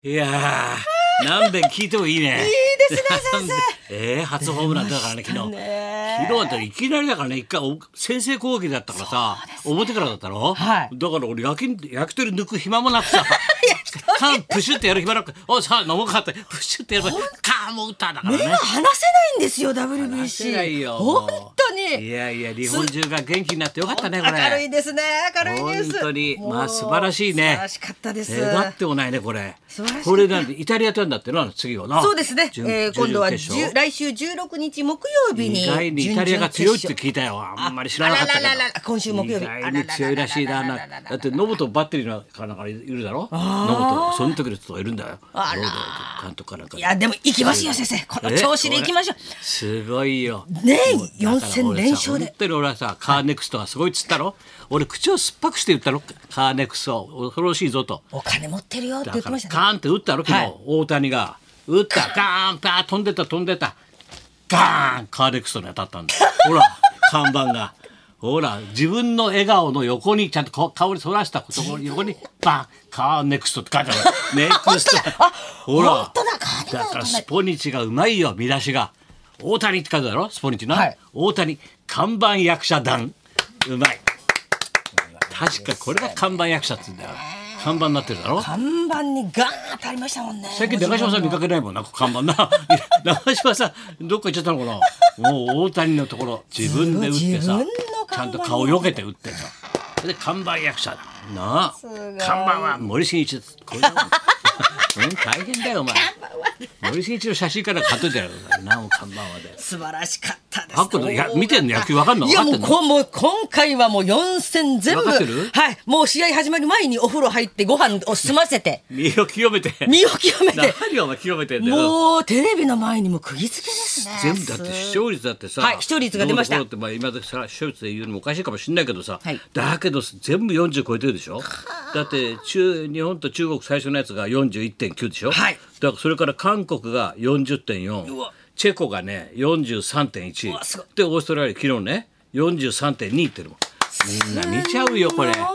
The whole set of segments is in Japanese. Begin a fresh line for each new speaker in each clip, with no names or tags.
いやー、何遍聞いてもいいね。
いいですね先
生。えー、初ホームランだからね、昨日。
ね
昨日だったらいきなりだからね、一回お先制攻撃だったからさ、表からだったろ、
はい
だから俺焼き、焼き鳥抜く暇もなくさ、カンプシュってやる暇なく、おさあ飲もうかって、プシュってやれば、カーンもう打ったんだから
目
ね
が。離せないんですよ WBC
話せないよもう
本当に
いやいや、日本中が元気になってよかったね、これ。
明るいですね明るいニュース
本当に、ま
も
あ
う
素晴らしいね。
素晴らしかったです、
えーなってもないね、これ。
素晴らしい
これなんで、イタリアとやんだってな、次はな。
そうですね、
準
えー、今度は
準々決勝
10来週16日木曜日に
意外にイタリアが強いって聞いたよ。あんまり知らなかったけど。
あらららら今週木曜日
意外に強いらしいな。
あらら
な
ららら
だって、ノブとバッテリーのかなんかいるだろノブと、その時の人がいるんだよ。
あら
ロード監督かなんか
い。やでも行きますよ先生この調子で行きましょう
え。すごいよ。
ねえ
もう
4戦連勝で
だから俺さ本当に俺はさ、カーネクストがすごいっつったろ。俺、口を酸っぱくして言ったろ。カーネクスト、恐ろしいぞと。
お金持ってるよって言
だか
って
ら
ま
カ
したね
ーンって打ったろ昨日、
はい
大谷が打ったガーンパー飛んでた飛んでたガーンカーレックストに当たったん だよほら看板がほら自分の笑顔の横にちゃんとこ顔にそらしたことこ横にバンカーネクストって書い てあるネクスト
あ
ほら
本当だカーネクスト
だからスポニチがうまいよ見出しが大谷って書いてあるだろスポニチな、
はい
大谷看板役者団うまい確かこれが看板役者って言うんだよ看板になってるだろ
看板にガーン当たりましたもんね
最近中島さん見かけないもんな看板な 中島さんどっか行っちゃったのかなもう大谷のところ自分で打って
自分
さ
の
ちゃん
看板
と顔よけて打ってさそれで看板役者だなあ
ごい
看板は森進一ですこれだもんうん 大変だよお前森進一の写真から買っといてやるからなもう看板はで
素晴らしかったです。
パックンいや見てんの野球わかんの
いやもう
分かってんの
こもう今回はもう4戦全部。
わかってる
はい。もう試合始まる前にお風呂入ってご飯を済ませて、
身を清めて
身を清めて、
何をお前清めてんだよ
もうテレビの前にも釘付けですね。
全部だって視聴率だってさ、
はい視聴率が出ました
どうのこうのってまあ今だけさ視聴率で言うのもおかしいかもしれないけどさ、
はい
だけど全部40超えてるでしょ。だって中日本と中国最初のやつが41.9でしょ。
はい
だからそれから韓国が
う
40.4
わ、
チェコがね43.1
うわすごい、
でオーストラリア昨日ね43.2ってるもん。みんな見ちゃうよこれ。
すごい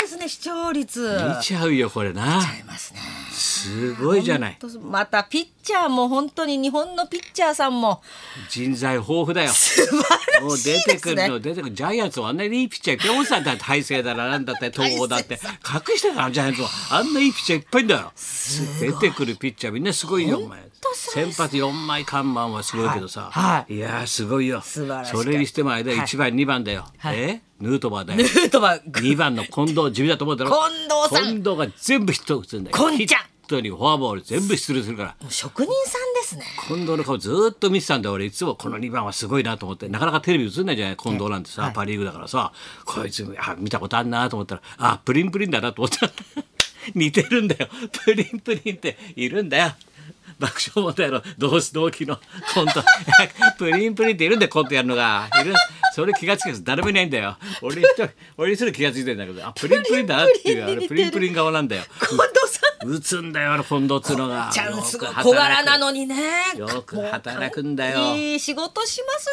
ですね視聴率。
見ちゃうよこれな。
見ますね。
すごいじゃない。
ほんとまたピッチャーも本当に日本のピッチャーさんも
人材豊富だよ。
素晴
も
ら
う
しい
出て
で
く
す
る
ね。
の出てくるジャイアンツはあんなにいいピッチャーいっぱいおっさんだって大勢だらなん だって東郷だって隠してたのジャイアンツはあんないいピッチャーいっぱいいんだよ出てくるピッチャーみんなすごいよお前
当すごい
先発4枚看板はすごいけどさ、、
はいはい
やーすごいよ
素晴らしかっ
そ
た
れにしても間1番2番だよ、
はい
えヌートバーだよ
ヌートバー
2番の近藤地味だと思うだろ
近藤さん
近藤が全部ヒット打つんだよ
こんちゃん
ヒットにフォアボール全部出塁するから
職人さんですね。
近藤の顔ずーっと見てたんだよ俺いつもこの2番はすごいなと思ってなかなかテレビ映んないじゃない近藤なんてさ、パ・リーグだからさこいつあ見たことあんなと思ったらあプリンプリンだなと思ったら 似てるんだよプリンプリンっているんだよ爆笑問題の同士同期のコント プリンプリンっているんだよコントやるのがいるそれ気がつけず誰もいないんだよ俺一人俺一人気がついてんだけどあプリンプリンだなっていうあれプリンプリン顔なんだよ
近藤さん。
打つんだよあの近藤っつうのが
ちゃんすごい
よく働
小
く
柄なのにね。
よく働くんだよ
いい仕事します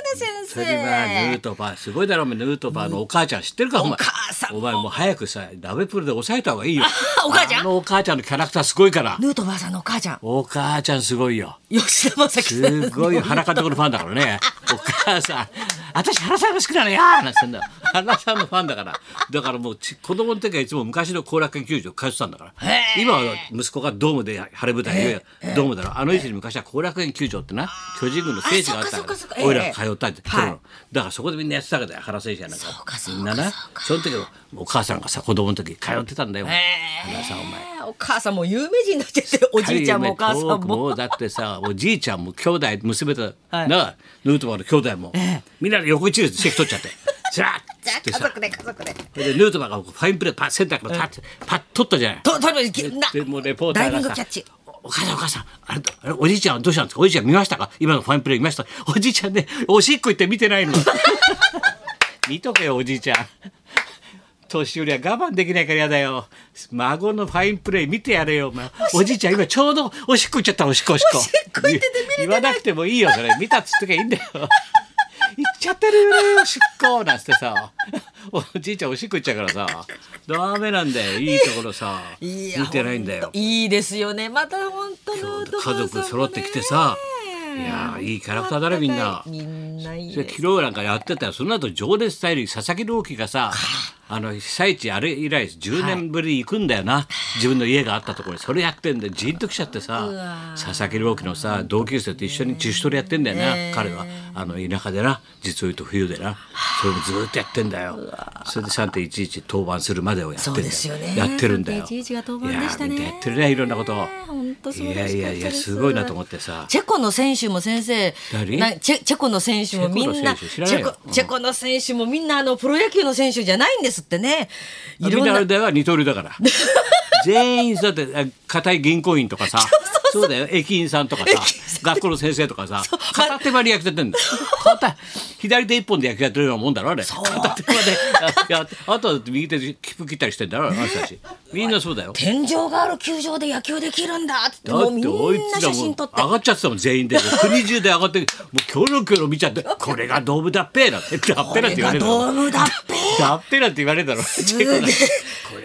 そ
ね
れはヌー
先生。
トバーすごいだろお前ヌートバーのお母ちゃん知ってるかお前
お母さんも
お前もう早くさラベプルで抑えた方がいいよ
お母ちゃん
あのお母ちゃんのキャラクターすごいから
ヌートバーさんのお母ちゃん
お母ちゃんすごいよ
吉田正樹さん
すごいよ原監督のファンだから ねお母さん私原さんが好きなのよなんて言ってんだよ原さんのファンだからだからもうち子供の時はいつも昔の後楽園球場通ってたんだから
へえ
今は息子がドームで晴れ舞台いわゆるドームだろあの位置に昔は後楽園球場ってな巨人軍の聖地があった
あそっ
か
かそっからそっか
俺らが通ったって、
はい
そうなのだからそこでみんなやってたわけだよ原選手やなんか
そうかそうか
みんなな
そう
その時はお母さんがさ子供の時通ってたんだよ、原さんお前
えーお母さんも有名人になっちゃっておじいちゃんもお母さん
トーク
も
だってさ おじいちゃんも兄弟娘と、
はい
なヌートバーの兄弟も、みんなで横一列で席取っ ちゃって「じゃあ」
じゃ
つ
あ
って
家
さ
族で家族で
それでヌートバーがファインプレーパッセンターからパッ,、パッ取ったじゃない。
ととりあえずな
でもうレポータ
ダイ
ー
ビング
が
キャ
さ
ッチ
お母さんお母さんあれあれおじいちゃんはどうしたんですかおじいちゃん見ましたか今のファインプレー見ましたおじいちゃんねおしっこ行って見てない の見とけよおじいちゃん年寄りは我慢できないからやだよ孫のファインプレー見てやれよお前おじいちゃん今ちょうどおしっこ行っちゃったおしっこおしっこ
おしっこ行ってて見れてない
言わなくてもいいよそれ見たっつっときゃいいんだよ行っちゃってるよおしっこなんつってさおじいちゃんおしっこ行っちゃうからさダメなんだよいいところさ
いや
見てないんだよ
ほといいですよねまた本当
そう
の
家族揃ってきてさいやーいいキャラクターだねみんな
みんないい
それ
です
昨日なんかやってたらその後情熱大陸佐々木朗希がさあの被災地あれ以来10年ぶりに行くんだよな、自分の家があったところにそれやってんでじんときちゃってさ佐々木朗希のさ同級生と一緒に自主トレやってんだよな、彼はあの田舎でな実を言うと冬でなそれもずーっとやってんだよそれで3.11登板するまでをやってんだ
そうですよね
やってるんだよ
3.11が登板でしたね
いやーみんなやってるねいろんなことを
ねえほんと素晴らしかったです
いやいやいやすごいなと思ってさ
チェコの選手も先生
誰
なチェチェコの選手もみんな
チ
チ
ェコの選手知らない
ェ
よ
コチェコの選手もみんなあのプロ野球の選手じゃないんですってねい
み
ろ
ん
ん
なあ
な
れだよ二刀流だから 全員だってあ固い銀行員とかさそうだよ駅員さんとかさ学校の先生とかさ片手間で野球や ってんだよ片手左手一本で野球やってるようなもんだろあれ片手間であやってあとは右手で切符切ったりしてんだろあの人た ちみんなそうだよ
天井がある球場で野球できるんだって
だ
もう
っ
みん
ておい
な
つら
写
も
真
う
撮っ
上
て
がっちゃってたもん全員で国中で上がってもうキョロキョロ見ちゃってこれがドームだっぺーなんてだっぺーなんて言われるだろ
ドームだっぺ
だっぺなんて言われるだろ。チェコなんてこ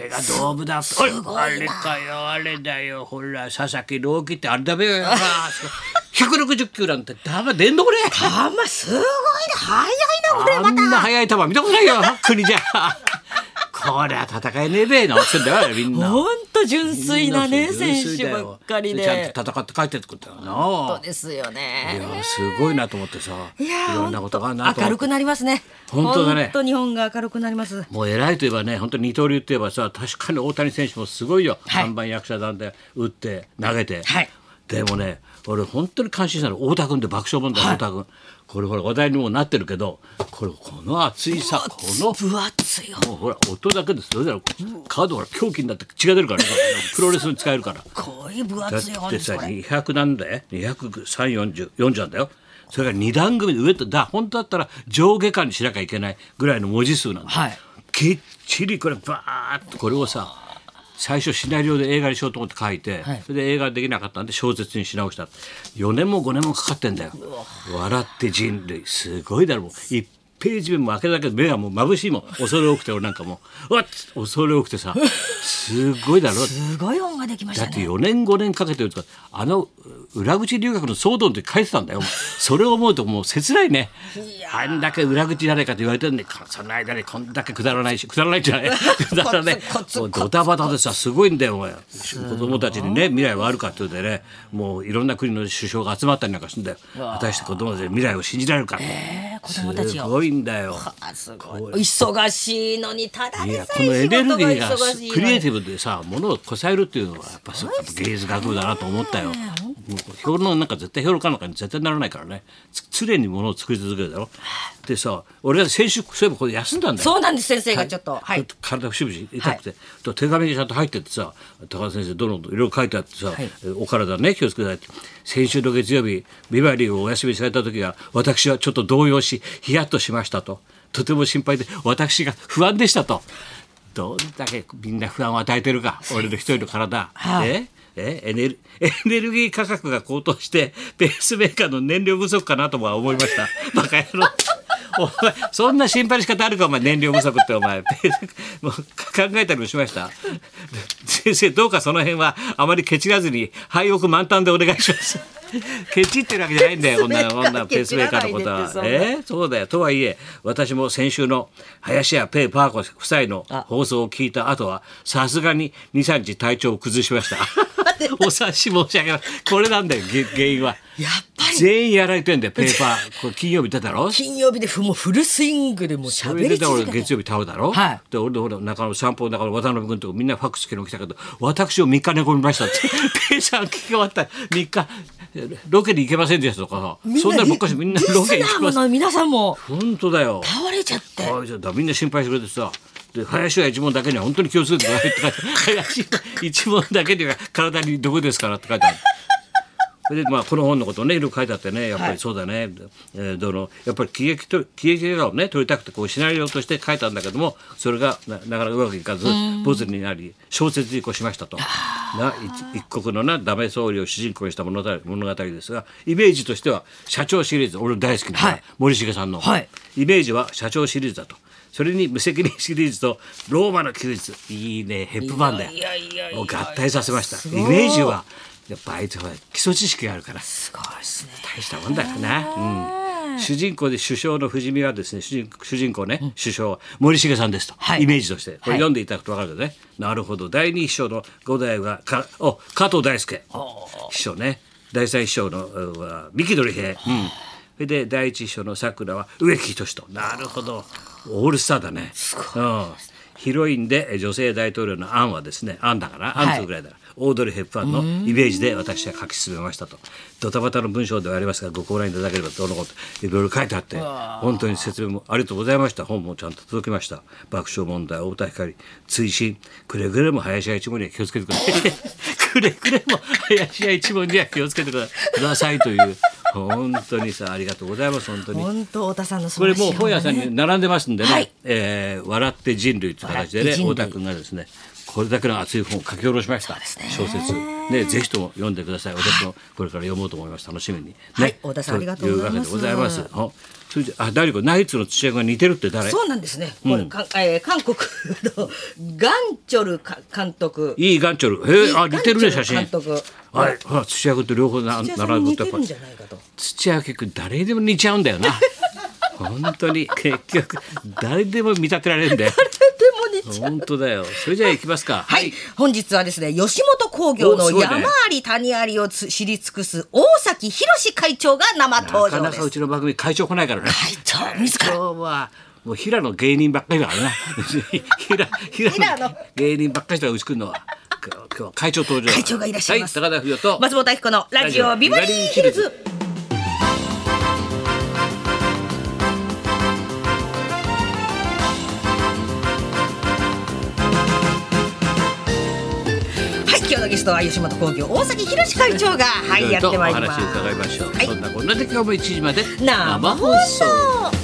れがドームだっぺ。
ごいな
あれかよ、あれだよ。ほら、佐々木朗希ってあれだべよ。ほら160キロなんてだめ出んのこれ。
あんますごいな早いなこれ
あ
また
んな速い球見たことないよ、国じゃ。こりゃ戦えねえべ、なってんだよ、みんな。
ほんと純粋なね
みんな純
選
粋
手
だ
ば
よ
っかりで
ちゃんと戦って帰ってくるんだよ
そう
な。
ですよ
い
ね
や、すごいなと思ってさ。い
いやー
ろんなことがあるなと思って。
明るくなりますね
本当だね
本当日本が明るくなります
もう偉いといえばね、本当に二刀流といえばさ、確かに大谷選手もすごいよ、
はい
看板役者なんで、打って、投げて、
はい
でもね、俺、本当に感心したの、太田君で爆笑問題、太田君、これ、ほら、話題にもなってるけど、これ、この熱いさ、この
分厚いよ
もうほら、音だけですどうだろう、カードほら、狂気になって血が出るからね、プロレスに使えるから。
濃い分
だっ
厚い本
て
です
さ、
これ
200なんだよ、203、40 40なんだよ。それから2段組で上と、だ、本当だったら上下巻にしなきゃいけないぐらいの文字数なんだよ。
はい
きっちりこれバーッとこれをさ最初シナリオで映画にしようと思って書いて、
はい
それで映画できなかったんで小説にし直した4年も5年もかかってんだよ笑って人類すごいだろもう1ページ目も開けただけで目がもう眩しいもん恐れ多くて俺なんかもううわっ恐れ多くて さすごいだろ
すごい本ができまし
だ
た
って
ね
4年5年かけてるとかあのう裏口留学の騒動の時書いてたんだよそれを思うともう切ないねあんだけ裏口誰かと言われてるんでこその間にこんだけくだらないしくだらないじ ゃないくだらない
コツコツ
もうドタバタでさすごいんだよお前子供たちにね未来はあるかって言うんでねもういろんな国の首相が集まったりなんかするんだよ果たして子供たちに未来を信じられるか、
えー子供たち
す
よ
ごいんだよ
あすごい忙しいのにただ
い
で
や
さ
この
え
エ
仕
ネル
事
ギ
が
ーが
忙しいのに
クリエイティブでさものをこさえるっていうのはやっぱそうやっぱ芸術学部だなと思ったよ。もう評論なんか絶対評論家なんかに絶対ならないからねつ常にものを作り続けるだろ。でさ俺が先週そういえばこれ休んだんだよ。
そうなんです先生がちょっとは
ちょっ
い
と体節々痛くて、と手紙にちゃんと入ってってさ高橋先生どのどのいろいろ書いてあってさ、
い
えお体ね気をつけてくださいって先週の月曜日ビバリーをお休みされた時は私はちょっと動揺しヒヤッとしましたととても心配で私が不安でしたとどんだけみんな不安を与えてるか俺の一人の体、
はい
ええエネルエネルギー価格が高騰してペースメーカーの燃料不足かなとは思いましたバカ野郎お前そんな心配の仕方あるかお前燃料不足ってお前ペースもう考えたりもしました先生どうかその辺はあまりケチらずに廃屋満タンでお願いしますケチってるわけじゃないんだよこんなこんなペースメーカーのことは
ケチらないでってそんな
えそうだよとはいえ私も先週の林家ペーパー子夫妻の
あ
放送を聞いた後はさすがに23日体調を崩しました お察し申し上げますこれなんだよげ原因は
やっぱり
全員やられてんだよペーパーこれ金曜日出たろ
金曜日でふもうフルスイングでもう
そ
喋
れ
り
で俺
続けて
月曜日倒れたろ、
はい
で俺で俺中野散歩の中の渡辺君とかみんなファックス昨日来たけど私を3日寝込みました ってペイさん聞き終わった3日ロケに行けませんでしたとかさ
み
そんなのばっかり
リ
みんなロケ
リ
に行き
スナ
ま
ー
す
の皆さんも
本当だよ
倒れちゃって
ああじゃあだみんな心配してくれてさで林家一門だけには本当に気をつけてくださいって書いてある林家一門だけには体に毒ですからって書いてある。それでまあこの本のことをねいろいろ書いてあってねやっぱりそうだね、えーどのやっぱり喜劇と喜劇映画をね撮りたくてこうシナリオとして書いたんだけどもそれがななかなかうまくいかずボツになり小説に越しましたとな一一国のなダメ総理を主人公にした物語物語ですがイメージとしては社長シリーズ俺の大好きな、
はい
森重さんの、
はい
イメージは社長シリーズだと。それに無責任シリーズとローマの休日いいねヘップバーンだよ
いやいやいや
を合体させました
す
イ
ごい
メージはやっぱあいつは基礎知識があるから
すごいですね。
大したもんだよな、うん、主人公で首相の不死身はですね主人主人公ね、首相は森重さんですと、
はい
イメージとしてこれ
はい
読んでいただくと分かるけどね、なるほど第二秘書の五代はかお加藤大輔秘書ね第三秘書のうは三木鳥平、うん、それで第一秘書のさくらは植木仁となるほどオールスターだねうん、ヒロインでえ女性大統領のアンはですねアンだからアンツぐらいだから、オードリー・ヘップバーンのイメージで私は書き進めましたとドタバタの文章ではありますがごご覧いただければどうのこといろいろ書いてあって本当に説明もありがとうございました本もちゃんと届きました爆笑問題太田光追伸くれぐれも林家一門には気をつけてくださいくれぐれも林家一門には気をつけてくださいという本当にさありがとうございます本当に
本当太田さんの素
これ
晴らし
も
い
う本屋さんに並んでますんでね「
はい
えー笑って人類」という形でね
笑って人類
太田君がですねこれだけの熱い本を書き下ろしました、小説ねぜひとも読んでください私もこれから読もうと思います楽しみにね、
はい太田さんありがとうございます
というわけでございますほそれじゃあ大悟ナイツの土屋が似てるって誰
そうなんですね。これ、かんえー韓国のガンチョルか監督。
いいガンチョルへえあ
いい
似
ガン
て
チョ
る
ル
ね写真
監督
はいほら土屋君と両方な
土
並
屋さん
ぶ
に似
とや
て
っぱ
るんじゃないかと。
土屋結局誰でも似ちゃうんだよな本当に結局誰でも見立てられるんだよ
でも似ちゃう。
本当だよ。それじゃあ行きますか。
はい、本日はですね吉本興業
お
の
すごいね
山あり谷ありをつ知り尽くす大崎宏会長が生
な
登
か
場
な
で
かう
す。
ちの番組会長来ないからね。
会長自
今
ら。
日はもう平野芸人ばっかりだからな。 平平
平
野
野
芸人ばっかりだからうち来るのは。今日今日は会長登場。
会長がいらっしゃいます
はい、高田不良と。
松本明子のラジオビバリーヒルズ。はい、今日のゲストは吉本興業大崎宏会長が、はい、
ろ
や
ろと
ってまいり
お
ます
話。伺いましょう。
はい
そんなこんなで今日も1時まで
生放送。